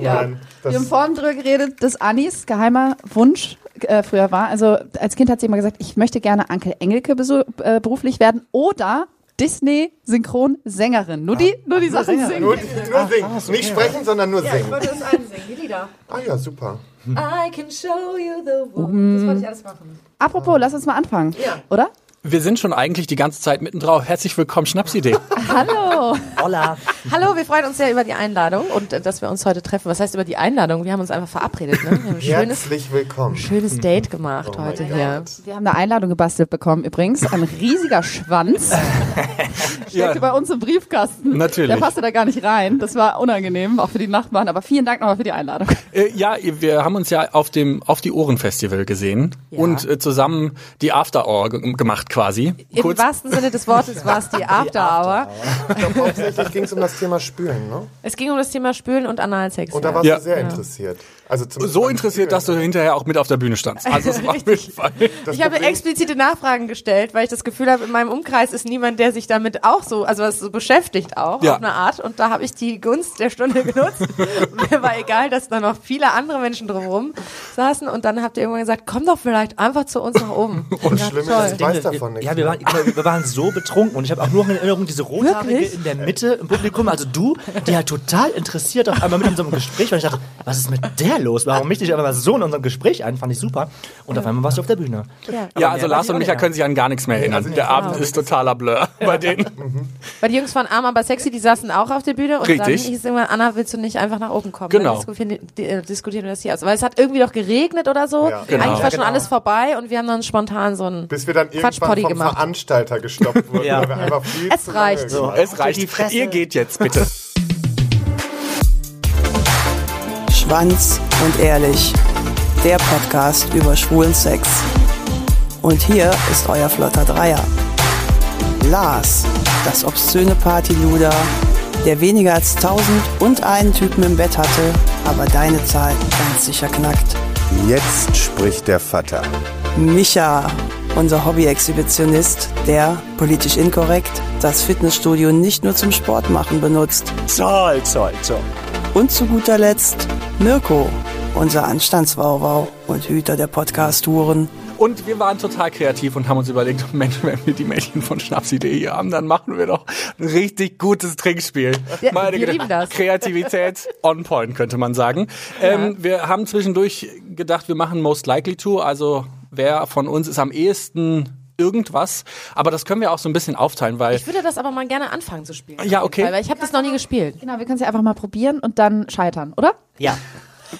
Ja. Nein, Wir haben das, vorhin drüber geredet, dass Annis geheimer Wunsch äh, früher war. Also als Kind hat sie immer gesagt, ich möchte gerne Anke Engelke besu- äh, beruflich werden oder Disney-Synchronsängerin. Nur die, nur die Sachen singen. nur, nur singen. Nicht sprechen, sondern nur Ja, ich singen. würde es einsingen, die Lieder. Ah ja, super. I can show you the world. Das wollte ich alles machen. Apropos, lass uns mal anfangen. Ja. Oder? Wir sind schon eigentlich die ganze Zeit mittendrauf. Herzlich willkommen, Schnapsidee. Hallo. Hola. Hallo, wir freuen uns sehr über die Einladung und äh, dass wir uns heute treffen. Was heißt über die Einladung? Wir haben uns einfach verabredet. Ne? Wir haben ein schönes, Herzlich willkommen. schönes Date gemacht mein heute hier. Wir haben eine Einladung gebastelt bekommen übrigens. Ein riesiger Schwanz. Steckt bei uns im Briefkasten. Natürlich. Der passte da gar nicht rein. Das war unangenehm, auch für die Nachbarn. Aber vielen Dank nochmal für die Einladung. Äh, ja, wir haben uns ja auf dem auf die Ohren Festival gesehen und äh, zusammen die After Hour ge- gemacht quasi. Im wahrsten Sinne des Wortes war es die After Hour. Hauptsächlich ging es um das Thema Spülen, ne? Es ging um das Thema Spülen und Analsex. Und da warst Ja. du sehr interessiert. Also zum so interessiert, dass du hinterher auch mit auf der Bühne standst. Also es war auf jeden Fall. ich habe explizite Nachfragen gestellt, weil ich das Gefühl habe, in meinem Umkreis ist niemand, der sich damit auch so, also was so beschäftigt auch Ja. auf eine Art. Und da habe ich die Gunst der Stunde genutzt. Mir war egal, dass da noch viele andere Menschen drumherum saßen. Und dann habt ihr irgendwann gesagt, komm doch vielleicht einfach zu uns nach oben. Und Ja, schlimm toll. ist, ich weiß davon nichts. ne? ja, wir waren, wir, wir waren so betrunken und ich habe auch nur in Erinnerung diese rothaarige Wirklich? in der Mitte im Publikum, also du, die halt total interessiert auf einmal mit unserem Gespräch war. Ich dachte, was ist mit der los? Warum mich nicht aber so in unserem Gespräch ein? Fand ich super. Und auf einmal warst du auf der Bühne. Aber Ja, also Lars mehr weiß ich und auch Micha nicht können sich an gar nichts mehr erinnern. der Abend ist totaler Blur bei denen. Weil die Jungs von Arm aber sexy, die saßen auch auf der Bühne und Richtig. dann hieß irgendwann, Anna, willst du nicht einfach nach oben kommen? Genau. Dann diskutieren, die, äh, diskutieren wir das hier aus. Weil es hat irgendwie doch geregnet oder so. Ja. Eigentlich Genau. war Ja, schon genau. alles vorbei und wir haben dann spontan so ein Bis wir dann irgendwann Quatschpoddy vom gemacht. Veranstalter gestoppt wurden, Ja. weil wir einfach viel Es zu lange reicht. gemacht Es reicht. die Fresse. Ihr geht jetzt bitte. Schwanz und ehrlich. Der Podcast über schwulen Sex. Und hier ist euer flotter Dreier. Lars, das obszöne Partyluder, der weniger als tausend und einen Typen im Bett hatte, aber deine Zahl ganz sicher knackt. Jetzt spricht der Vater. Micha, unser Hobby-Exhibitionist, der, politisch inkorrekt, das Fitnessstudio nicht nur zum Sport machen benutzt. Zoll, zoll, zoll. Und zu guter Letzt Mirko, unser Anstandswauwau und Hüter der Podcast-Touren. Und wir waren total kreativ und haben uns überlegt, Mensch, wenn wir die Mädchen von Schnapsidee hier haben, dann machen wir doch ein richtig gutes Trinkspiel. Ja, wir Güte, lieben das. Kreativität on point, könnte man sagen. Ähm, wir haben zwischendurch gedacht, wir machen most likely to, also wer von uns ist am ehesten irgendwas. Aber das können wir auch so ein bisschen aufteilen, weil Ich würde das aber mal gerne anfangen zu spielen. Ja, okay. Weil, weil ich habe das noch nie gespielt. Genau, wir können es ja einfach mal probieren und dann scheitern, oder? Ja.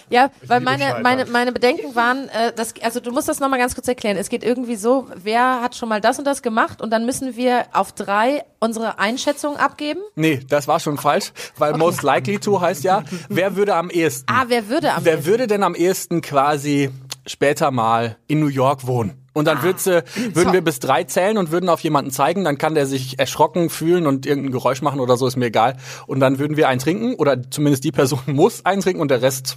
Ja, weil meine, Scheitern. meine, meine Bedenken waren, äh, das, also du musst das nochmal ganz kurz erklären. Es geht irgendwie so, wer hat schon mal das und das gemacht und dann müssen wir auf drei unsere Einschätzung abgeben. Hm. nee, das war schon falsch, weil most likely to heißt ja, wer würde am ehesten? Ah, wer würde am Wer würde denn am ehesten quasi später mal in New York wohnen? Und dann würd's, äh, würden wir bis drei zählen und würden auf jemanden zeigen, dann kann der sich erschrocken fühlen und irgendein Geräusch machen oder so, ist mir egal. Und dann würden wir einen trinken oder zumindest die Person muss einen trinken und der Rest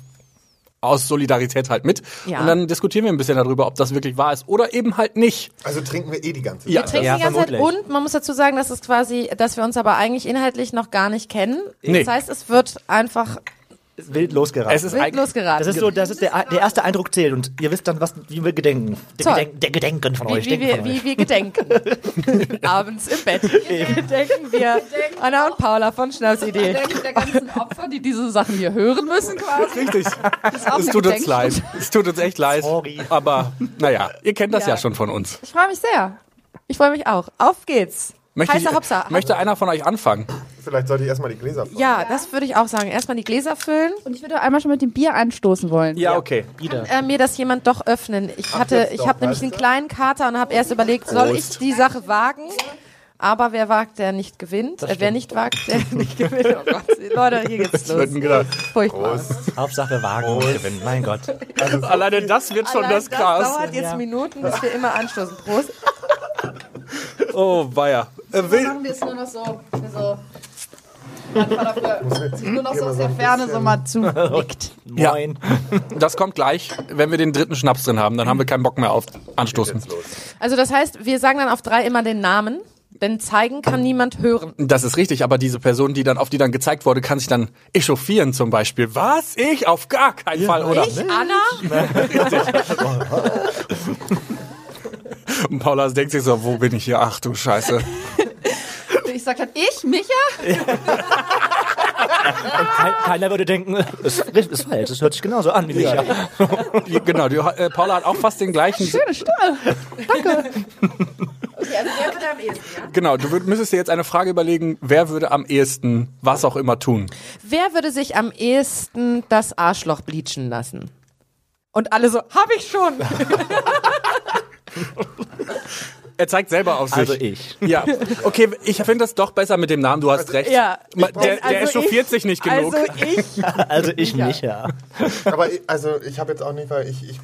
aus Solidarität halt mit. Ja. Und dann diskutieren wir ein bisschen darüber, ob das wirklich wahr ist oder eben halt nicht. Also trinken wir eh die ganze Zeit. Ja. trinken Ja, die ganze Zeit vermutlich. und man muss dazu sagen, dass es quasi, dass wir uns aber eigentlich inhaltlich noch gar nicht kennen. Nee. Das heißt, es wird einfach Wild losgerannt. Es ist wild eigentlich, losgeraten. das ist so, das ist der, der erste Eindruck zählt und ihr wisst dann, was, wie wir gedenken. Der, Zoll. Gedenken, der Gedenken von euch. wie, wie, Denken wir, Oh, von euch. wie wir gedenken. Abends im Bett. Gedenken wir Anna und Paula von Schnapsidee. Der ganzen Opfer, die diese Sachen hier hören müssen quasi. richtig. auch Es eine tut uns Gedenkstunde. leid. Es tut uns echt leid. Sorry. Aber naja, ihr kennt das ja schon von uns. Ich freue mich sehr. Ich freue mich auch. Auf geht's. Möchte, ich, äh, Heißer Hopsa. möchte einer von euch anfangen? Vielleicht sollte ich erstmal die Gläser voll. ja, das würde ich auch sagen. Erstmal die Gläser füllen. Und ich würde einmal schon mit dem Bier anstoßen wollen. Ja, okay. Wieder. Äh, mir das jemand doch öffnen. Ich hatte, jetzt ich doch, habe nämlich weißt einen du? kleinen Kater und habe erst überlegt, soll ich Prost. die Sache wagen? Aber wer wagt, der nicht gewinnt. Äh, wer nicht wagt, der nicht gewinnt. Oh Gott, Leute, hier geht's los. Genau. Furchtbar. Hauptsache Wagen und gewinnen. Mein Gott. Alleine das wird schon Allein das krass. dauert jetzt Minuten, bis wir immer anstoßen. Prost. Oh, weia. Äh, will, Machen wir es nur noch so. so. Nur noch so aus der ein Ferne so mal zu. Moin. das kommt gleich, wenn wir den dritten Schnaps drin haben. Dann haben wir keinen Bock mehr auf Anstoßen. Also das heißt, wir sagen dann auf drei immer den Namen. denn zeigen kann Hm. niemand hören. Das ist richtig, aber diese Person, die dann, auf die dann gezeigt wurde, kann sich dann echauffieren zum Beispiel. Was? Ich? Auf gar keinen Fall, oder? Ich, Anna? Und Paula denkt sich so, wo bin ich hier? Ach du Scheiße. Ich sag dann, ich, Micha? Kein, keiner würde denken, es ist, ist falsch, es hört sich genauso an wie Micha. Die, genau, die, äh, Paula hat auch fast den gleichen. Schöne Stimme. also Genau, du würd, müsstest dir jetzt eine Frage überlegen, wer würde am ehesten was auch immer tun? Wer würde sich am ehesten das Arschloch bleachen lassen? Und alle so, hab ich schon. Er zeigt selber auf sich. Also ich. Ja, okay, ich finde das doch besser mit dem Namen, du hast recht. ja. Ma- Der, der Also echauffiert ich- sich nicht genug. Also ich Also ich Micha. Aber ich, also ich habe jetzt auch nicht, weil ich. Ich,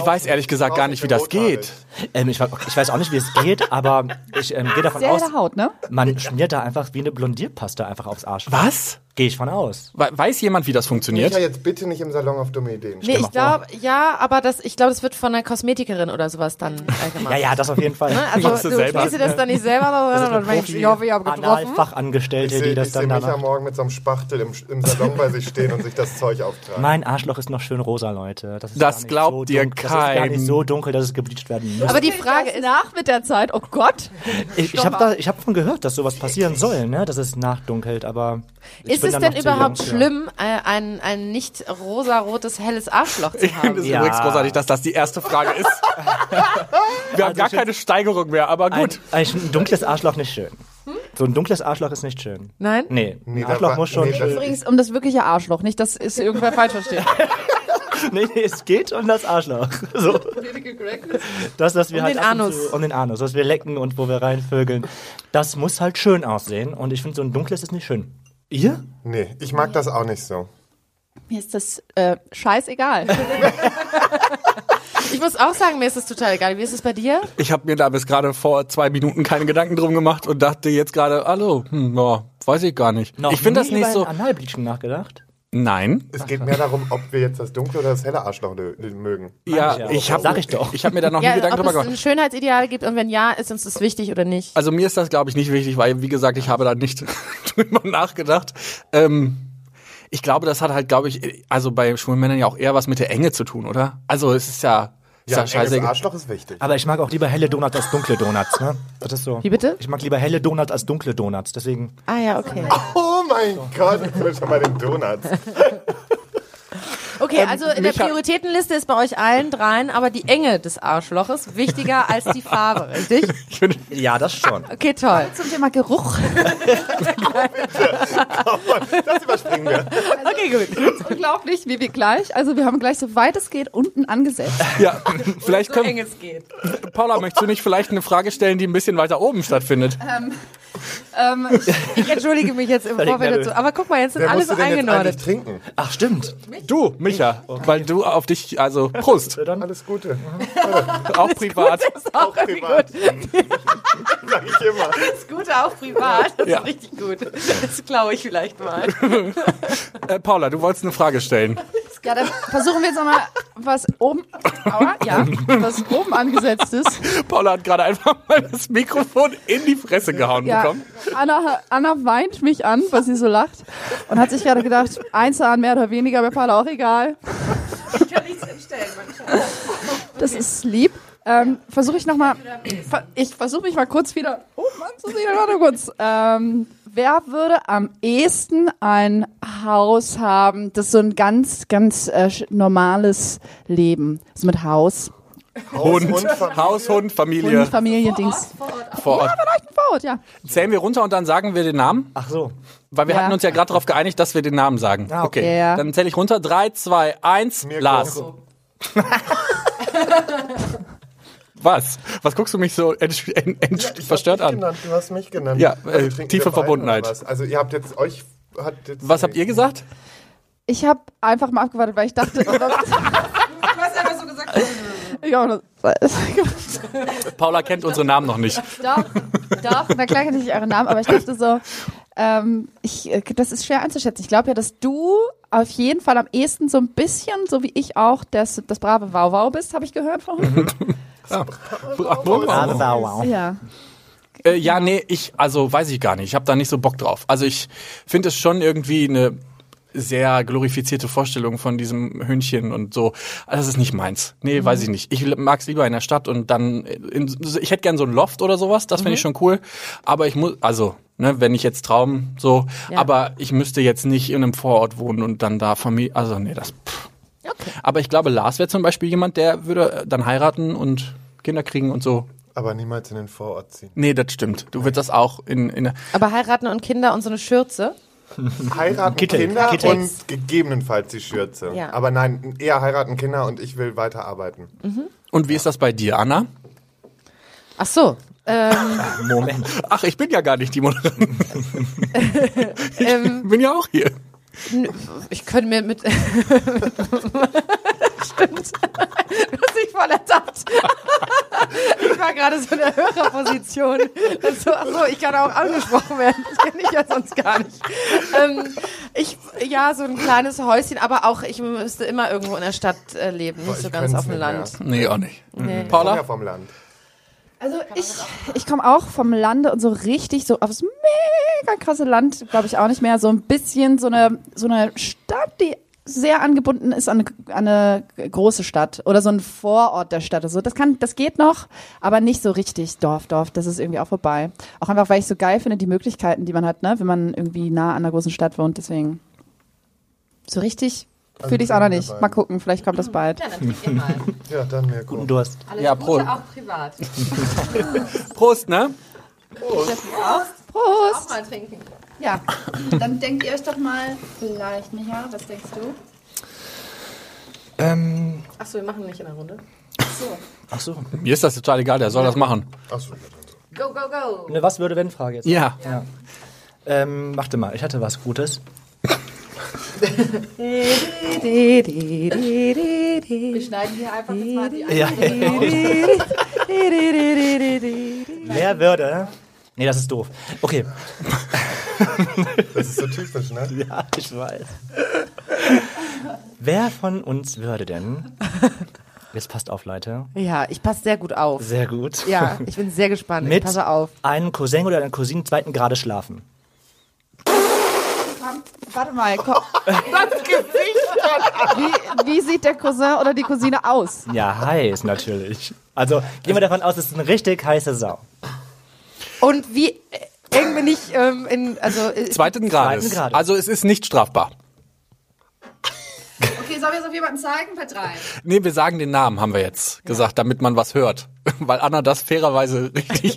ich weiß ehrlich gesagt gar nicht, wie das geht. Ähm, ich, ich weiß auch nicht, wie es geht, aber ich ähm, gehe davon Sehr aus, helle Haut, ne? man schmiert da einfach wie eine Blondierpaste einfach aufs Arsch. Was? Gehe ich von aus. We- Weiß jemand, wie das funktioniert? Micha, jetzt bitte nicht im Salon auf dumme Ideen. Nee, Genau. ich glaube, ja, aber das, ich glaube, das wird von einer Kosmetikerin oder sowas dann äh, gemacht. Ja, ja, das auf jeden Fall. machst du Also, du selber. spielst dir das dann nicht selber, sondern denkst, ich hoffe, ich habe getroffen. Ich Analfachangestellte, sehe die das seh dann Micha danach... morgen mit so einem Spachtel im, im Salon bei sich stehen und sich das Zeug auftragen. Mein Arschloch ist noch schön rosa, Leute. Das, ist Das gar nicht glaubt so dir dunkel. Das ist gar kein- nicht so dunkel, dass es gebleicht werden muss. Aber die Frage ist, nach mit der Zeit, oh Gott. ich ich habe hab davon gehört, dass sowas passieren soll, ne? dass es nachdunkelt, aber... ich ist bin es dann denn noch zu überhaupt jung für. schlimm, äh, ein, ein nicht rosarotes, helles Arschloch zu Das ist haben? Ja. übrigens großartig, dass das die erste Frage ist. Wir haben gar keine Steigerung mehr, aber Ein, gut. ein, ein dunkles Arschloch nicht schön. So ein dunkles Arschloch ist nicht schön. Hm? Nein? Nee, ein da Arschloch war- muss schon nee, das- schön... Übrigens um das wirkliche Arschloch, nicht, dass es irgendwer falsch versteht. Nee, nee, es geht um das Arschloch. So. Das, was wir Um halt den ab und Anus. Zu, um den Anus, was wir lecken und wo wir reinvögeln. Das muss halt schön aussehen. Und ich finde, so ein dunkles ist nicht schön. Ihr? Nee, ich mag das auch nicht so. Mir ist das äh, scheißegal. Ich muss auch sagen, mir ist es total egal. Wie ist es bei dir? Ich habe mir da bis gerade vor zwei Minuten keine Gedanken drum gemacht und dachte jetzt gerade, hallo, hm, ja, weiß ich gar nicht. ich finde das nie nicht über so. ein Analbleaching nachgedacht. Nein. Es geht mehr darum, ob wir jetzt das dunkle oder das helle Arschloch nö- mögen. ich Ja, ja. ich habe Sag ich doch. Ich habe mir da noch nie Ja, Gedanken ob drüber es gemacht. ein Schönheitsideal gibt und wenn ja, ist uns das wichtig oder nicht? Also mir ist das, glaube ich, nicht wichtig, weil, wie gesagt, ich habe da nicht drüber nachgedacht. Ähm, ich glaube, das hat halt, glaube ich, also bei schwulen Männern ja auch eher was mit der Enge zu tun, oder? Also es ist ja, ist Ja, ja, ein enges scheiße. Arschloch ist wichtig. Ah. Aber ich mag auch lieber helle Donuts als dunkle Donuts. Ne? Das ist so. Wie bitte? Ich mag lieber helle Donuts als dunkle Donuts. Deswegen. Ah ja, okay. Oh mein Gott, jetzt sind wir schon bei den Donuts. ähm, Okay, also in der Micha- Prioritätenliste ist bei euch allen dreien aber die Enge des Arschloches wichtiger als die Farbe, richtig? Ja, das schon. Okay, toll. Zum Thema Geruch. Das überspringen wir. Okay, gut. Unglaublich, wie wir gleich. Also wir haben gleich, soweit es geht, unten angesetzt. Ja, vielleicht So eng können, es geht. Paula, möchtest du nicht vielleicht eine Frage stellen, die ein bisschen weiter oben stattfindet? ähm, Ich entschuldige mich jetzt im Vorfeld nervös. dazu. Aber guck mal, jetzt sind Wer alle musste so denn jetzt eigentlich eingenordet. trinken? Ach, stimmt. Du, Micha, weil du auf dich, also Prost, Alles Gute. auch privat. Auch privat. Sag ich immer. Das Gute auch privat. Das Ja. richtig gut. Das klaue ich vielleicht mal. Äh, Paula, du wolltest eine Frage stellen. ja, dann versuchen wir jetzt nochmal was oben, aua, ja, was oben angesetzt ist. Paula hat gerade einfach mal das Mikrofon in die Fresse gehauen Ja, bekommen. Anna, Anna weint mich an, weil sie so lacht und hat sich gerade gedacht, ein Zahn mehr oder weniger, mir Paula auch egal. Das ist lieb. Ähm, versuche ich nochmal, ver ich versuche mich mal kurz wieder, oh Mann, zu sehen, warte kurz. Ähm, wer würde am ehesten ein Haus haben, das so ein ganz, ganz äh, sch- normales Leben, so mit Haus Hund, und Familie. Haushund, und Familie Familiendings. vor Ort. Vor Ort, ja. Zählen wir runter und dann sagen wir den Namen? Ach so. Weil wir Ja. hatten uns ja gerade darauf geeinigt, dass wir den Namen sagen. Ah, okay. Ja. Dann zähle ich runter. Drei, zwei, eins. Mirko. Lars. Was? Was guckst du mich so ent ent ent Ich hab verstört dich an? Genannt, du hast mich genannt. Also Ja, äh, trinken tiefe wir beide Verbundenheit. oder Was? Also ihr habt jetzt euch... Hat jetzt Was habt ihr gesagt? Ich habe einfach mal abgewartet, weil ich dachte. du hast einfach so gesagt. ja, und das- Paula kennt unsere Namen noch nicht. doch, doch, na klar kenne ich euren Namen, aber ich dachte so, ähm, ich, äh, das ist schwer einzuschätzen. Ich glaube ja, dass du auf jeden Fall am ehesten so ein bisschen, so wie ich auch, das, das brave Wauwau bist, habe ich gehört von Bravo. Aber wow. Ja. Äh, ja, nee, ich, also weiß ich gar nicht. Ich habe da nicht so Bock drauf. Also ich finde es schon irgendwie eine sehr glorifizierte Vorstellung von diesem Hündchen und so. Also Das ist nicht meins. Nee, weiß ich nicht. Ich mag es lieber in der Stadt und dann, in, ich hätte gern so ein Loft oder sowas, das finde ich schon cool. Aber ich muss, also, ne, wenn ich jetzt Traum so, Ja. aber ich müsste jetzt nicht in einem Vorort wohnen und dann da Familie, also nee, das, pff. Aber ich glaube, Lars wäre zum Beispiel jemand, der würde äh, dann heiraten und Kinder kriegen und so. Aber niemals in den Vorort ziehen. Nee, das stimmt. Du würdest das auch in, in Aber heiraten und Kinder und so eine Schürze. Mhm. Heiraten Kittel, Kinder Kittel. und gegebenenfalls die Schürze. Ja. Aber nein, eher heiraten Kinder und ich will weiterarbeiten. Und wie ist das bei dir, Anna? Ach so. Ähm, Moment. Ach, ich bin ja gar nicht die Moderatorin. ähm, Ich bin ja auch hier. ich könnte mir mit. Stimmt. Du hast dich voll ertappt. Ich war gerade so in der Hörerposition. Das So, ach so, ich kann auch angesprochen werden. Das kenne ich ja sonst gar nicht. Ähm, ich, ja, so ein kleines Häuschen, aber auch ich müsste immer irgendwo in der Stadt äh, leben, nicht ich so ganz könnte auf es dem nicht mehr. Land. Nee, auch nicht. Mhm. Nee. Komm ja Paula? vom Land. Also ich, ich komme auch vom Lande und so richtig so aufs mega krasse Land, glaube ich auch nicht mehr. So ein bisschen so eine, so eine Stadt, die sehr angebunden ist an eine, an eine große Stadt oder so ein Vorort der Stadt. Also das kann, das geht noch, aber nicht so richtig Dorf, Dorf. Das ist irgendwie auch vorbei. Auch einfach, weil ich so geil finde, die Möglichkeiten, die man hat, ne, wenn man irgendwie nah an einer großen Stadt wohnt. Deswegen so richtig fühle ich es auch noch nicht. Mal gucken, vielleicht kommt das bald. Ja, dann mir Guten gut. Durst. Ja, Prost. Auch privat. Prost, ne? Prost! Mal trinken. Ja, dann denkt ihr euch doch mal vielleicht, Micha, was denkst du? Ähm, Achso, wir machen nicht in der Runde. ach so. Mir ist das total egal, der soll das machen. Achso, ja, dann so. Go, go, go. Eine Ne, Was würde wenn Frage jetzt. Ja. Ähm, warte mal, ich hatte was Gutes. Wir schneiden hier einfach jetzt mal die Ja. Wer würde? Nee, das ist doof. Okay. Das ist so typisch, ne? Ja, ich weiß. Wer von uns würde denn? Jetzt passt auf, Leute. Ja, ich passe sehr gut auf. Sehr gut. Ja, ich bin sehr gespannt. Ich Mit passe auf. einem Cousin oder einer Cousine zweiten Grades schlafen. Warte mal, komm. wie, wie sieht der Cousin oder die Cousine aus? Ja, heiß natürlich. Also gehen wir davon aus, es ist eine richtig heiße Sau. Und wie äh, eng bin ich ähm, in, also äh, Zweiten Grades. Zweiten Grades. Also es ist nicht strafbar. Okay, sollen wir es auf jemanden zeigen? Bei drei. Nee, wir sagen den Namen, haben wir jetzt gesagt, damit man was hört. Weil Anna das fairerweise richtig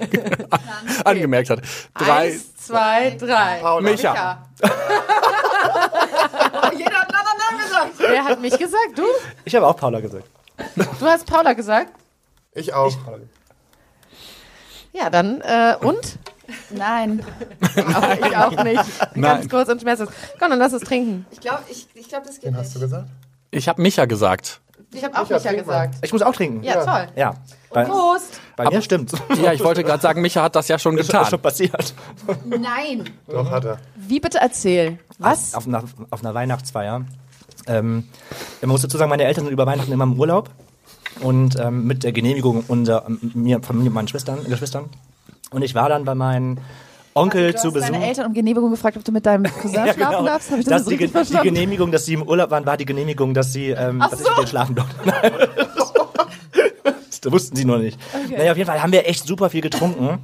angemerkt hat. Drei. eins, zwei, drei. Micha. Ja. Jeder hat einen anderen Namen gesagt. Wer hat mich gesagt? Du? Ich habe auch Paula gesagt. Du hast Paula gesagt? Ich auch. Ja, dann äh, und? Nein. Auch ich auch nicht. Ganz Nein. kurz und schmerzlos. Komm, dann lass es trinken. Ich glaube, ich, ich glaub, das geht Wen hast nicht. du gesagt? Ich habe Micha gesagt. Ich habe auch Micha, Micha trink mal. gesagt. Ich muss auch trinken. Ja, Oh. toll. Ja. Bei, Prost. bei mir stimmt's. Ja, ich wollte gerade sagen, Micha hat das ja schon Das ist getan. schon passiert. Nein. Doch, hat er. Wie bitte erzähl? Was? Auf einer, auf einer Weihnachtsfeier. Ähm, man muss dazu sagen, meine Eltern sind über Weihnachten immer im Urlaub. Und ähm, mit der Genehmigung unserer, m- mir, von mir und meinen Schwestern, Geschwistern. Und ich war dann bei meinen Onkel zu Besuch. Deine Eltern um Genehmigung gefragt, ob du mit deinem Cousin Ja, schlafen genau. darfst? Habe ich Dass das, so die, Ge- richtig die verstanden? Genehmigung, dass sie im Urlaub waren, war die Genehmigung, dass sie, ähm, dass ich mit denen schlafen durfte. das wussten sie noch nicht. Naja, auf jeden Fall haben wir echt super viel getrunken.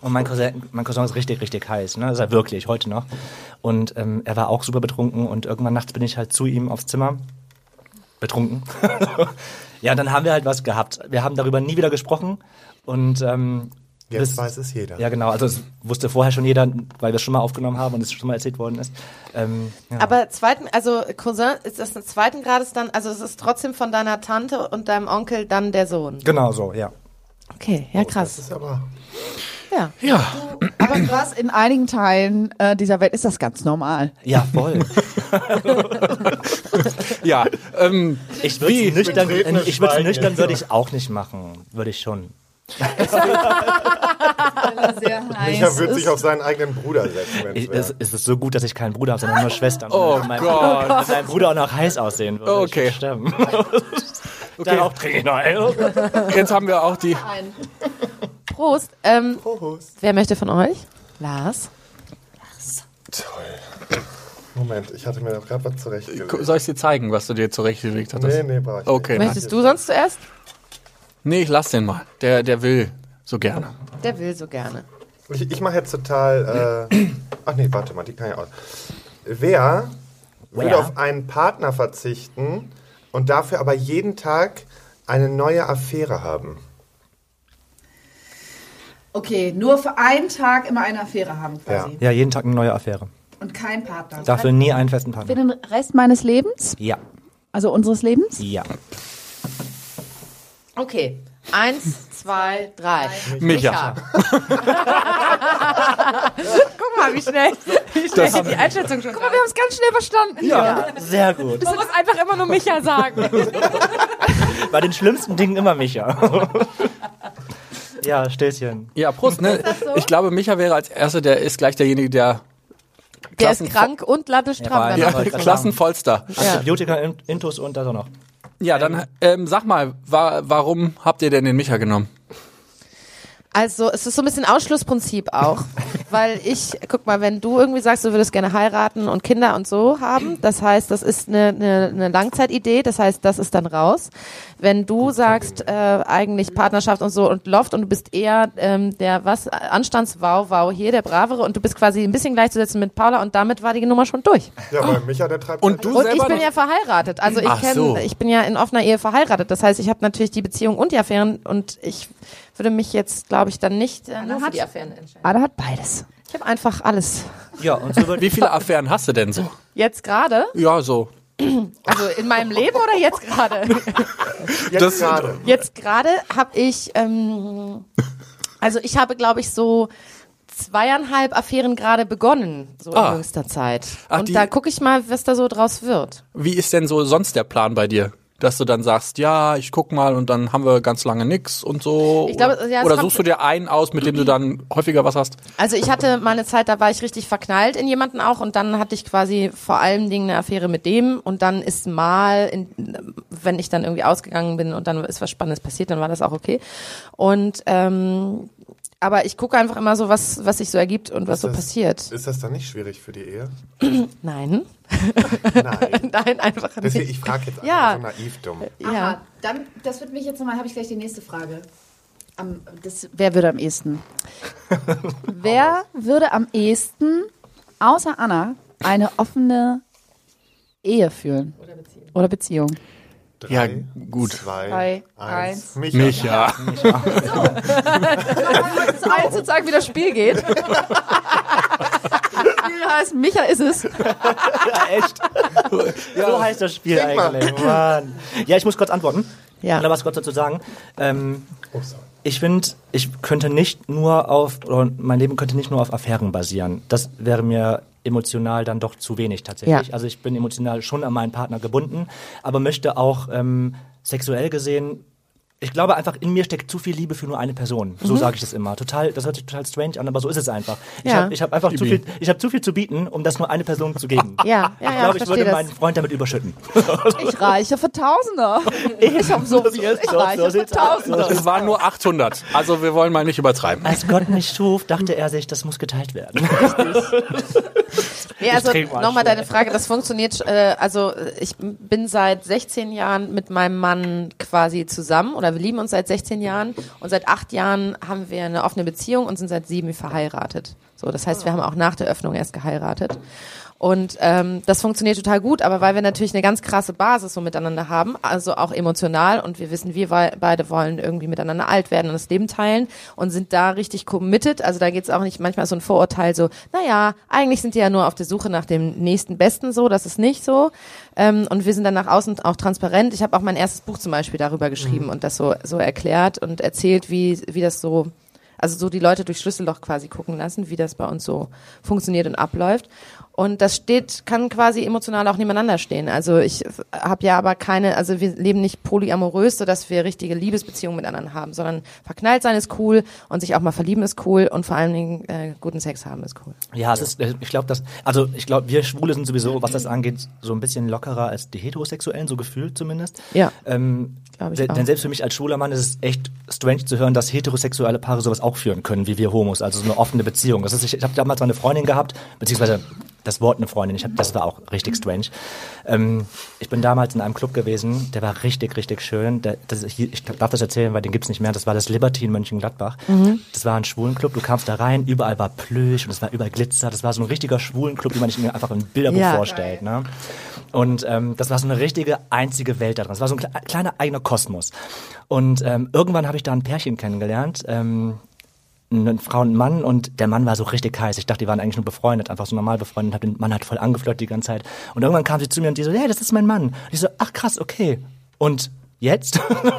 Und mein Cousin, mein Cousin ist richtig, richtig heiß. Ne? Das ist er wirklich, heute noch. Und ähm, er war auch super betrunken. Und irgendwann nachts bin ich halt zu ihm aufs Zimmer. Betrunken. ja, und dann haben wir halt was gehabt. Wir haben darüber nie wieder gesprochen. Und ähm, Jetzt bis- weiß es jeder. Ja, genau. Also es wusste vorher schon jeder, weil wir es schon mal aufgenommen haben und es schon mal erzählt worden ist. Ähm, ja. Aber zweiten, also Cousin, ist das ein zweiten Grades dann, also es ist trotzdem von deiner Tante und deinem Onkel dann der Sohn. Genau so, ja. Okay, ja krass. Ist aber. Ja. Aber krass, in einigen Teilen äh, dieser Welt ist das ganz normal. Ja, voll. Ja. Ähm, Ich würde es nüchtern, Betretenes ich würd's Schweigen nüchtern jetzt würde ich auch nicht machen. Würde ich schon. Sehr Micha wird sich auf seinen eigenen Bruder setzen, wenn Ich, es es, wäre. es ist so gut, dass ich keinen Bruder habe, sondern nur Schwestern. Oh Und mein, Gott. Mein Bruder auch noch heiß aussehen würde. Ich Okay. würde sterben. Dann auch trinke ich noch. einen. Jetzt haben wir auch die. Prost. Ähm, Prost. Wer möchte von euch? Lars. Toll. Moment, ich hatte mir doch gerade was zurechtgelegt. Soll ich dir zeigen, was du dir zurechtgelegt hattest? Nee, nee, brauch ich Okay. nicht. Möchtest du sonst zuerst? Nee, ich lass den mal. Der, der will so gerne. Der will so gerne. Ich, ich mache jetzt total. Äh, ach nee, warte mal, die kann ich auch. Wer würde Wer? auf einen Partner verzichten und dafür aber jeden Tag eine neue Affäre haben? Okay, nur für einen Tag immer eine Affäre haben quasi. Ja, jeden Tag eine neue Affäre. Und kein Partner. Dafür nie einen festen Partner. Für den Rest meines Lebens, Ja, also unseres Lebens. ja. Okay. Eins, zwei, drei. Micha. Guck mal, wie schnell, wie schnell ich die Einschätzung schon. Guck mal, wir haben es ganz schnell verstanden. Ja, sehr gut. Man muss einfach immer nur Micha sagen. Bei den schlimmsten Dingen immer Micha. ja, Stilzchen. Ja, Prost, ne? Ich glaube, Micha wäre als Erster, der ist gleich derjenige, der. Der ist Klassen- krank und lattestramm. Ja, Ja, wollte ich gerade Klassenvollster. Antibiotika, In- Intus und das auch noch. Ja, dann ähm, sag mal, wa warum habt ihr denn den Micha genommen? Also es ist so ein bisschen Ausschlussprinzip auch, weil ich, guck mal, wenn du irgendwie sagst, du würdest gerne heiraten und Kinder und so haben, das heißt, das ist eine, eine, eine Langzeitidee, das heißt, das ist dann raus. Wenn du sagst, äh, eigentlich Partnerschaft und so und Loft und du bist eher ähm, der was Anstandswau, wow hier der Bravere und du bist quasi ein bisschen gleichzusetzen mit Paula und damit war die Nummer schon durch. Ja, weil Micha, der treibt. Und du Und ich selber bin noch- ja verheiratet. Also ich Ach kenn, so. ich bin ja in offener Ehe verheiratet. Das heißt, ich habe natürlich die Beziehung und die Affären und ich würde mich jetzt, glaube ich, dann nicht äh, nur für die Affären entscheiden. Ada hat beides. Ich habe einfach alles. Ja, und so wird Wie viele Affären hast du denn so? Jetzt gerade? Ja, so. Also in meinem Leben oder jetzt gerade? jetzt das- gerade. Jetzt gerade habe ich, ähm, also ich habe, glaube ich, so zweieinhalb Affären gerade begonnen, so Ah. in jüngster Zeit. Ach, die- und da gucke ich mal, was da so draus wird. Wie ist denn so sonst der Plan bei dir? Dass du dann sagst, ja, ich guck mal und dann haben wir ganz lange nix und so. Ich glaube, oder ja, es oder kommt- suchst du dir einen aus, mit dem du dann häufiger was hast? Also ich hatte mal eine Zeit, da war ich richtig verknallt in jemanden auch und dann hatte ich quasi vor allen Dingen eine Affäre mit dem und dann ist mal, in, wenn ich dann irgendwie ausgegangen bin und dann ist was Spannendes passiert, dann war das auch okay. Und ähm, aber ich gucke einfach immer so, was was sich so ergibt und was so das- passiert. Ist das dann nicht schwierig für die Ehe? Nein, Nein. nein, einfach Deswegen, nicht. ich frage jetzt einfach Ja. so naiv dumm. Ja. Aha, dann, das wird mich jetzt nochmal, habe ich gleich die nächste Frage. Am, das, Wer würde am ehesten? Wer würde am ehesten, außer Anna, eine offene Ehe führen? Oder Beziehung. Oder Beziehung. Drei, Ja, gut. Zwei, Drei, eins. eins. Micha. Micha. So, jetzt sozusagen, wie das Spiel geht. Spiel heißt, Micha ist es. ja echt. So heißt das Spiel eigentlich. Mann. Ja, ich muss kurz antworten. Ja. Oder was kurz dazu sagen. Ähm, Oh, sorry. ich finde, ich könnte nicht nur auf, oder mein Leben könnte nicht nur auf Affären basieren. Das wäre mir emotional dann doch zu wenig tatsächlich. Ja. Also ich bin emotional schon an meinen Partner gebunden, aber möchte auch ähm, sexuell gesehen, ich glaube einfach, in mir steckt zu viel Liebe für nur eine Person. Mhm. So sage ich das immer. Total, das hört sich total strange an, aber so ist es einfach. Ich Ja. habe ich hab einfach zu Ibi. viel, ich hab zu viel zu bieten, um das nur eine Person zu geben. Ja, ja, ich ja, glaube, ich ich verstehe würde das. meinen Freund damit überschütten. Ich reiche für Tausender. Ich habe so viel. Ich So- so reiche für sieht's aus. Tausender. Es waren nur 800. Also wir wollen mal nicht übertreiben. Als Gott mich schuf, dachte er sich, das muss geteilt werden. Ja, also trinke mal nochmal schnell. deine Frage, das funktioniert, äh, also äh, ich bin seit 16 Jahren mit meinem Mann quasi zusammen oder wir lieben uns seit 16 Jahren und seit acht Jahren haben wir eine offene Beziehung und sind seit sieben verheiratet. So, das heißt, wir haben auch nach der Öffnung erst geheiratet. Und ähm, das funktioniert total gut, aber weil wir natürlich eine ganz krasse Basis so miteinander haben, also auch emotional und wir wissen, wir wei- beide wollen irgendwie miteinander alt werden und das Leben teilen und sind da richtig committed. Also da geht's auch nicht manchmal so ein Vorurteil so, naja, eigentlich sind die ja nur auf der Suche nach dem nächsten Besten so, das ist nicht so. Ähm, und wir sind dann nach außen auch transparent. Ich habe auch mein erstes Buch zum Beispiel darüber geschrieben und das so, so erklärt und erzählt, wie, wie das so also so die Leute durch Schlüsselloch quasi gucken lassen, wie das bei uns so funktioniert und abläuft. Und das steht, kann quasi emotional auch nebeneinander stehen. Also ich habe ja aber keine, also wir leben nicht polyamorös, sodass wir richtige Liebesbeziehungen mit anderen haben, sondern verknallt sein ist cool und sich auch mal verlieben ist cool und vor allen Dingen äh, guten Sex haben ist cool. Ja, es ist, äh, ich glaube, das, also ich glaube, wir Schwule sind sowieso, was das angeht, so ein bisschen lockerer als die Heterosexuellen, so gefühlt zumindest. Ja. Ähm, Glaub ich de- auch. denn selbst für mich als schwuler Mann ist es echt strange zu hören, dass heterosexuelle Paare sowas auch führen können, wie wir Homos, also so eine offene Beziehung. Das ist, ich ich habe damals mal eine Freundin gehabt, beziehungsweise das Wort eine Freundin, ich hab, das war auch richtig strange. Ähm, ich bin damals in einem Club gewesen, der war richtig, richtig schön. Der, das, ist hier- ich darf das erzählen, weil den gibt's nicht mehr. Das war das Liberty in Mönchengladbach. Das war ein Schwulenclub, du kamst da rein, überall war Plüsch und es war überall Glitzer. Das war so ein richtiger Schwulenclub, den man sich mir einfach im Bilderbuch Ja. vorstellt. Ne? Und ähm, das war so eine richtige einzige Welt da drin. Das war so ein kle kleiner eigener Kosmos. Und ähm, irgendwann habe ich da ein Pärchen kennengelernt. Ähm, eine Frau und ein Mann und der Mann war so richtig heiß. Ich dachte, die waren eigentlich nur befreundet, einfach so normal befreundet. Hab den Mann halt voll angeflirtet die ganze Zeit. Und irgendwann kam sie zu mir und die so, hey, das ist mein Mann. Und ich so, ach krass, okay. Und jetzt?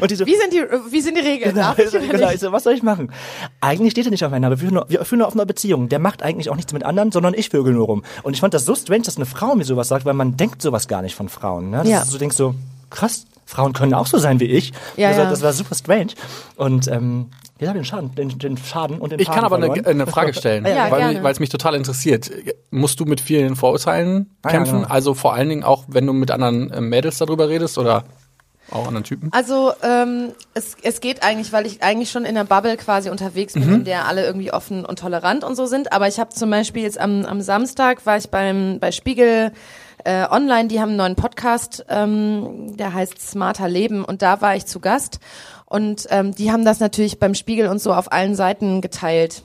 und die so, Wie sind die, wie sind die Regeln? Genau, Darf ich oder genau. nicht? Ich so, was soll ich machen? Eigentlich steht er nicht aufeinander. Wir führen, nur- wir führen eine offene Beziehung. Der macht eigentlich auch nichts mit anderen, sondern ich vögel nur rum. Und ich fand das so strange, dass eine Frau mir sowas sagt, weil man denkt sowas gar nicht von Frauen. Ne? Das Ja. ist so, du denkst so, krass, Frauen können auch so sein wie ich. Ja, das, ja. War, das war super strange. Und ähm, jetzt habe ich den Schaden, den, den Schaden und den Ich Faden kann aber eine, verloren. eine Frage stellen, Ja, weil, gerne. mich, weil es mich total interessiert. Musst du mit vielen Vorurteilen ja, kämpfen? genau. Also vor allen Dingen auch, wenn du mit anderen äh, Mädels darüber redest oder auch anderen Typen? Also ähm, es, es geht eigentlich, weil ich eigentlich schon in einer Bubble quasi unterwegs bin, in der alle irgendwie offen und tolerant und so sind. Aber ich habe zum Beispiel jetzt am, am Samstag war ich beim bei Spiegel äh, online, die haben einen neuen Podcast, ähm, der heißt Smarter Leben und da war ich zu Gast. Und ähm, die haben das natürlich beim Spiegel und so auf allen Seiten geteilt.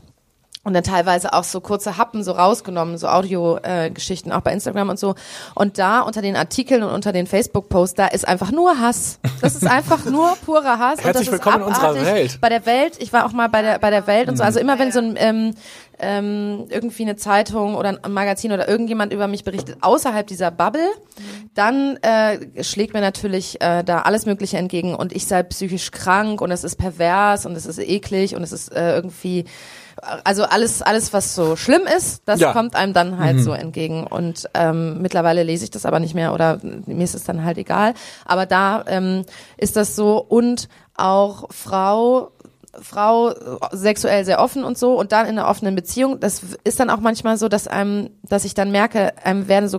Und dann teilweise auch so kurze Happen so rausgenommen, so Audio-Geschichten, äh, auch bei Instagram und so. Und da unter den Artikeln und unter den Facebook-Posts, da ist einfach nur Hass. Das ist einfach nur purer Hass. und das Herzlich ist willkommen in unserer abartig. Welt. Bei der Welt, ich war auch mal bei der, bei der Welt und so. Also immer wenn so ein, ähm, ähm, irgendwie eine Zeitung oder ein Magazin oder irgendjemand über mich berichtet, außerhalb dieser Bubble, dann äh, schlägt mir natürlich äh, da alles Mögliche entgegen und ich sei psychisch krank und es ist pervers und es ist eklig und es ist äh, irgendwie, also alles, alles, was so schlimm ist, das Ja. kommt einem dann halt so entgegen und ähm, mittlerweile lese ich das aber nicht mehr oder mir ist es dann halt egal, aber da ähm, ist das so und auch Frau Frau äh, sexuell sehr offen und so und dann in einer offenen Beziehung, das w- ist dann auch manchmal so, dass einem, dass ich dann merke, einem werden so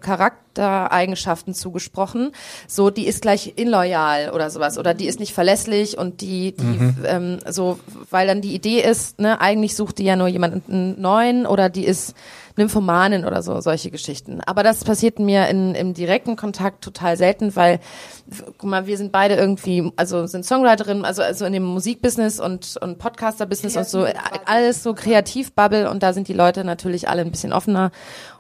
Charaktereigenschaften zugesprochen, so die ist gleich inloyal oder sowas oder die ist nicht verlässlich und die, die ähm, so, weil dann die Idee ist, ne, eigentlich sucht die ja nur jemanden neuen oder die ist Nymphomanin oder so, solche Geschichten. Aber das passiert mir in, im direkten Kontakt total selten, weil, guck mal, wir sind beide irgendwie, also sind Songwriterinnen, also, also in dem Musikbusiness und, und Podcaster-Business und so, alles so Kreativbubble und da sind die Leute natürlich alle ein bisschen offener.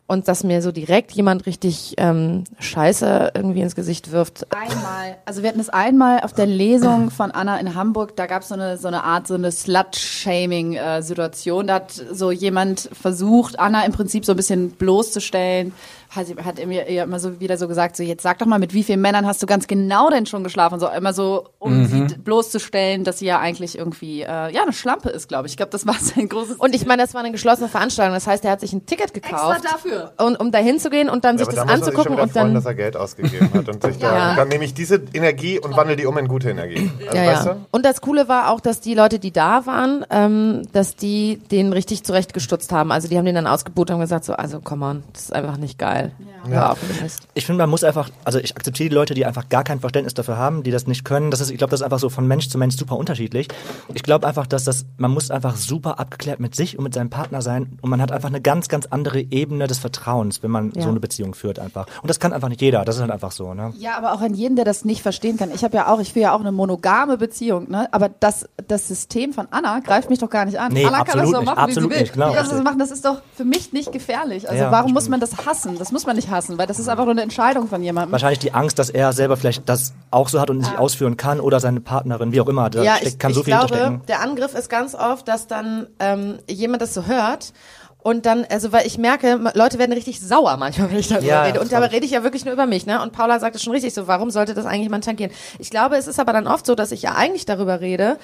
Und dass mir so direkt jemand richtig ähm, Scheiße irgendwie ins Gesicht wirft, Einmal, also wir hatten es einmal auf der Lesung von Anna in Hamburg, da gab es so eine, so eine Art, so eine Slut-Shaming-Situation. Da hat so jemand versucht, Anna im Prinzip so ein bisschen bloßzustellen. Hat, sie- hat mir ihr immer so wieder so gesagt, so jetzt sag doch mal, mit wie vielen Männern hast du ganz genau denn schon geschlafen? So immer so, um sie d- bloßzustellen, dass sie ja eigentlich irgendwie, äh, ja, eine Schlampe ist, glaube ich. Ich glaube, das war sein großes Und ich meine, das war eine geschlossene Veranstaltung. Das heißt, er hat sich ein Ticket gekauft. Extra dafür. Und um da hinzugehen und dann Ja, sich das da muss man sich schon anzugucken wieder und freuen, dann. dass er Geld ausgegeben hat. Und sich da, Ja. Dann nehme ich diese Energie und wandle die um in gute Energie. Also, Ja, weißt ja. du? Und das Coole war auch, dass die Leute, die da waren, ähm, dass die den richtig zurechtgestutzt haben. Also die haben den dann ausgebucht und haben gesagt, so, also come on, das ist einfach nicht geil. Ja. Hör auf mit dem Mist. ich finde, man muss einfach, also ich akzeptiere die Leute, die einfach gar kein Verständnis dafür haben, die das nicht können. Das ist, ich glaube, das ist einfach so von Mensch zu Mensch super unterschiedlich. Ich glaube einfach, dass das, man muss einfach super abgeklärt mit sich und mit seinem Partner sein und man hat einfach eine ganz, ganz andere Ebene des Vertrauens, wenn man Ja. so eine Beziehung führt einfach. Und das kann einfach nicht jeder. Das ist halt einfach so, ne? Ja, aber auch an jeden, der das nicht verstehen kann. Ich habe ja auch, ich führe ja auch eine monogame Beziehung, ne? Aber das, das System von Anna greift mich doch gar nicht an. Nee, Anna kann das absolut doch nicht, machen, absolut wie sie will. nicht, genau, Die kann das richtig. machen, das ist doch für mich nicht gefährlich. Also Ja, warum das muss stimmt. man das hassen? Das muss man nicht hassen, weil das ist einfach nur eine Entscheidung von jemandem. Wahrscheinlich die Angst, dass er selber vielleicht das auch so hat und nicht ausführen kann oder seine Partnerin, wie auch immer. Da steckt, kann so viel glaube, hinterstecken. Der Angriff ist ganz oft, dass dann ähm, jemand das so hört Und dann, also weil ich merke, ma- Leute werden richtig sauer manchmal, wenn ich darüber Ja, rede. Und voll. dabei rede ich ja wirklich nur über mich, ne? Und Paula sagt es schon richtig so, warum sollte das eigentlich jemand tangieren? Ich glaube, es ist aber dann oft so, dass ich ja eigentlich darüber rede,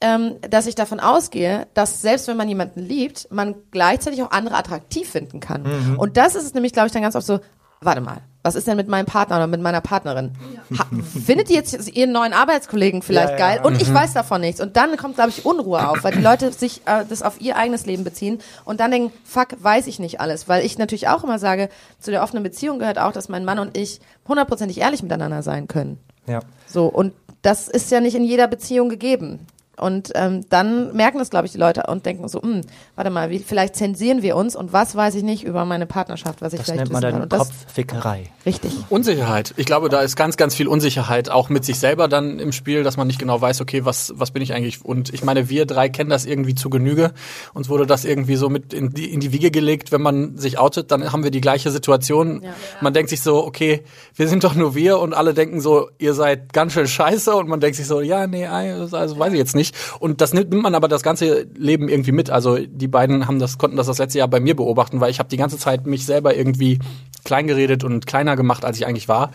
ähm, dass ich davon ausgehe, dass selbst wenn man jemanden liebt, man gleichzeitig auch andere attraktiv finden kann. Mhm. Und das ist es nämlich, glaube ich, dann ganz oft so, warte mal, was ist denn mit meinem Partner oder mit meiner Partnerin? Ha, findet die jetzt ihren neuen Arbeitskollegen vielleicht Ja, ja. Mhm. geil? Und ich weiß davon nichts. Und dann kommt, glaube ich, Unruhe auf, weil die Leute sich äh, das auf ihr eigenes Leben beziehen und dann denken, fuck, weiß ich nicht alles. Weil ich natürlich auch immer sage, zu der offenen Beziehung gehört auch, dass mein Mann und ich hundertprozentig ehrlich miteinander sein können. Ja. So, und das ist ja nicht in jeder Beziehung gegeben. Und ähm, dann merken das, glaube ich, die Leute und denken so, hm, warte mal, wie, vielleicht zensieren wir uns und was weiß ich nicht über meine Partnerschaft, was ich Das vielleicht nennt man wissen dann kann. Und das Kopffickerei. richtig. Unsicherheit. Ich glaube, da ist ganz, ganz viel Unsicherheit, auch mit sich selber dann im Spiel, dass man nicht genau weiß, okay, was, was bin ich eigentlich? Und ich meine, wir drei kennen das irgendwie zu Genüge. Uns wurde das irgendwie so mit in die, in die Wiege gelegt. Wenn man sich outet, dann haben wir die gleiche Situation. Man denkt sich so, okay, wir sind doch nur wir und alle denken so, ihr seid ganz schön scheiße. Und man denkt sich so, ja, nee, also weiß ich jetzt nicht. Und das nimmt, nimmt man aber das ganze Leben irgendwie mit. Also die beiden haben das, konnten das das letzte Jahr bei mir beobachten, weil ich habe die ganze Zeit mich selber irgendwie klein geredet und kleiner gemacht, als ich eigentlich war.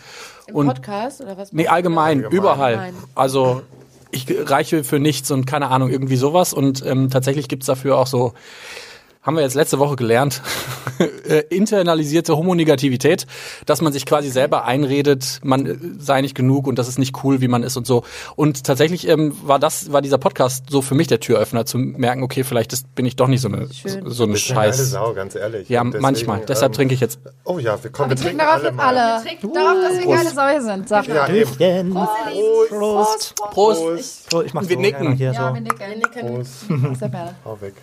und Podcast oder was? nee, allgemein, überall. Allgemein. Also ich reiche für nichts und keine Ahnung, irgendwie sowas. Und ähm, tatsächlich gibt's dafür auch so, haben wir jetzt letzte Woche gelernt, äh, internalisierte Homonegativität, dass man sich quasi selber einredet, man äh, sei nicht genug und das ist nicht cool, wie man ist und so. Und tatsächlich ähm, war das, war dieser Podcast so für mich der Türöffner, zu merken, okay, vielleicht ist, bin ich doch nicht so eine, so eine Ich bin eine Scheiß. Sau, ganz ehrlich. Ja, Und deswegen, manchmal. Deshalb ähm, trinke ich jetzt. Oh ja, wir kommen, wir trinken Darauf alle jetzt mal. alle. Darauf, dass wir geile Säue sind. Sag Ja, eben. Denn Oh. Prost. Prost! So, ich mach Wir so nicken. gerne Hier Ja, so. wir nicken. Prost. Sehr gerne. Hau weg.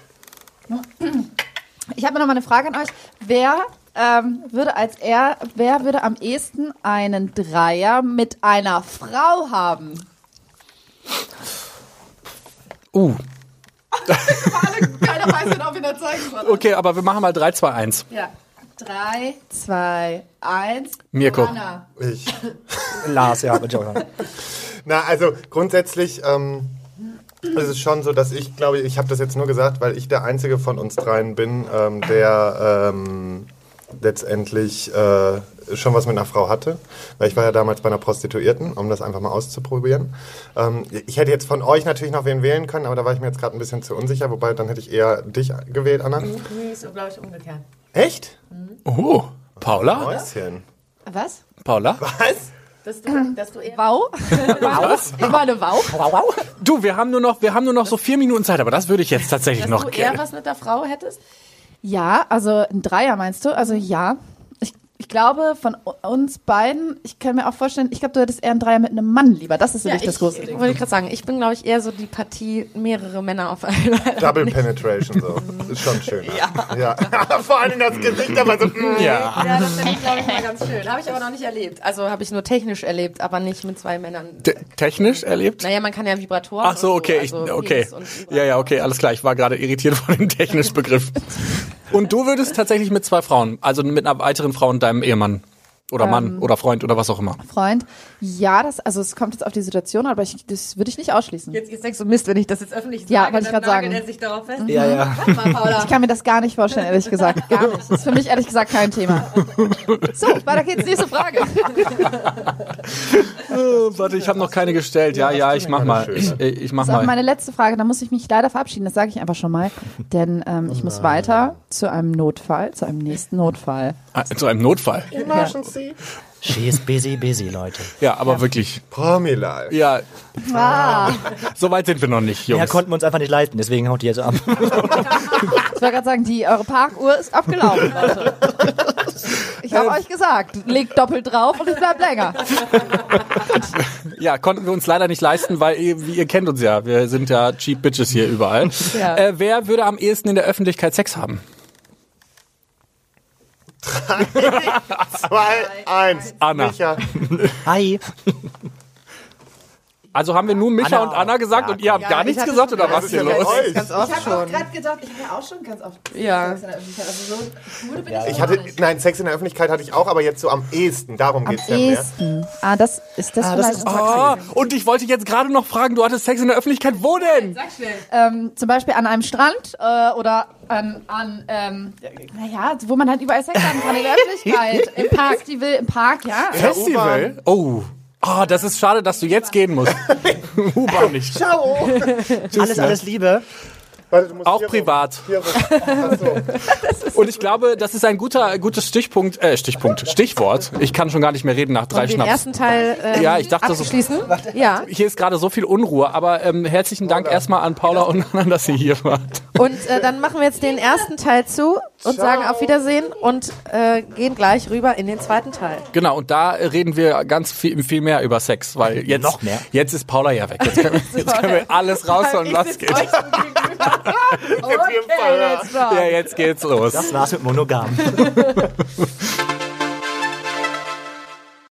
Ich habe noch mal eine Frage an euch. Wer ähm, würde als er, wer würde am ehesten einen Dreier mit einer Frau haben? Uh, Keiner weiß genau, wie das zeigen soll. okay, aber wir machen mal 3, 2, 1. Ja. Drei, zwei, eins. Mirko. Anna. Ich. Lars, ja, würde ich auch sagen. Na, also grundsätzlich ähm, ist es schon so, dass ich glaube, ich habe das jetzt nur gesagt, weil ich der Einzige von uns dreien bin, ähm, der ähm, letztendlich äh, schon was mit einer Frau hatte. Weil ich war ja damals bei einer Prostituierten, um das einfach mal auszuprobieren. Ähm, ich hätte jetzt von euch natürlich noch wen wählen können, aber da war ich mir jetzt gerade ein bisschen zu unsicher, wobei dann hätte ich eher dich gewählt, Anna. Nee, ist, glaube ich, umgekehrt. Echt? Oh, Paula? Mäuschen. Was? Paula? Was? Dass du, dass du eher Wow. Was? Ich war eine Wow. Du, wir haben nur noch, wir haben nur noch so vier Minuten Zeit, aber das würde ich jetzt tatsächlich noch gerne. was mit der Frau hättest? Ja, also ein Dreier meinst du? Also ja. Ich, ich glaube, von u- uns beiden, ich kann mir auch vorstellen, ich glaube, du hättest eher einen Dreier mit einem Mann lieber. Das ist Ja, wirklich ich, das große Ding. wollte gerade sagen, ich bin, glaube ich, eher so die Partie mehrere Männer auf einmal. Double Penetration so. Ist schon schön. ne? Ja. ja. Vor allem das Gesicht, aber so. mm. Ja. Ja, das finde ich, glaube ich, mal ganz schön. Habe ich aber noch nicht erlebt. Also habe ich nur technisch erlebt, aber nicht mit zwei Männern. Te- technisch erlebt? Naja, man kann ja Vibratoren. Ach so, und okay, ich, also okay. Penis und Ja, ja, okay, alles klar. Ich war gerade irritiert von dem technischen Begriff. Und du würdest tatsächlich mit zwei Frauen, also mit einer weiteren Frau und deinem Ehemann oder Mann oder Freund oder was auch immer. Freund. Ja, das, also es kommt jetzt auf die Situation, aber ich, das würde ich nicht ausschließen. Jetzt, jetzt denkst du, Mist, wenn ich das jetzt öffentlich sage, Ja, wollte ich dann grad sagen. nagelt er sich darauf fest. Ja, ja. Mal, Paula. Ich kann mir das gar nicht vorstellen, ehrlich gesagt. Gar nicht. Das ist für mich ehrlich gesagt kein Thema. So, weiter geht's. Nächste Frage. warte, ich habe noch keine gestellt. Ja, ja, ich mach mal. Ich, ich mach Das ist auch mal. meine letzte Frage. Da muss ich mich leider verabschieden. Das sage ich einfach schon mal. Denn ähm, ich muss weiter zu einem Notfall, zu einem nächsten Notfall. Zu Ah, einem Notfall. She is busy, busy, Leute. Ja, aber wirklich. Promilife. Ja, Ah, so weit sind wir noch nicht, Ja, Jungs. konnten wir uns einfach nicht leisten, deswegen haut die jetzt ab. ich wollte gerade sagen, die eure Parkuhr ist abgelaufen, Leute. Ich habe euch gesagt, legt doppelt drauf und es bleibt länger. Ja, konnten wir uns leider nicht leisten, weil ihr, wie ihr kennt uns ja, wir sind ja cheap bitches hier überall. Ja. Äh, wer würde am ehesten in der Öffentlichkeit Sex haben? Zwei, eins. Anna. Micha. Hi. Also haben wir nur Micha Anna und Anna auch. gesagt Ja, und ihr habt gar nichts gesagt oder was hier los? euch. Ganz oft schon. gedacht, ich habe ja auch schon ganz oft. Ja. Also so müde bin Ich hatte, nein, Sex in der Öffentlichkeit hatte ich auch, aber jetzt so am ehesten. Darum Am geht's ja mehr. ehesten. Ah, das ist das, vielleicht- Ah, und ich wollte jetzt gerade noch fragen, du hattest Sex in der Öffentlichkeit, wo denn? ähm, zum Beispiel an einem Strand äh, oder an, an ähm, naja, wo man halt überall Sex haben kann in der Öffentlichkeit. Im Park, die will im Park, ja. Festival? Oh. Ah, das ist schade, dass du jetzt gehen musst. U-Bahn nicht. Alles, alles Liebe. Warte, du musst Auch hier rum. privat. Hier rum. Ach so. Und ich glaube, das ist ein guter, gutes Stichpunkt, äh, Stichpunkt, Stichwort. Ich kann schon gar nicht mehr reden nach drei Den Schnaps. ersten Teil ähm, Ja, ich dachte so- abschließen. Ja. Hier ist gerade so viel Unruhe, aber ähm, herzlichen Dank erstmal an Paula und Anna, dass ihr hier wart. Und äh, dann machen wir jetzt den ersten Teil zu und sagen auf Wiedersehen und äh, gehen gleich rüber in den zweiten Teil. Genau, und da reden wir ganz viel, viel mehr über Sex, weil jetzt, Noch mehr? jetzt ist Paula ja weg. Jetzt können wir, jetzt können wir alles rausholen, was geht. Jetzt hier im Fall, ja. Ja, jetzt geht's los. Das war's mit Monogam.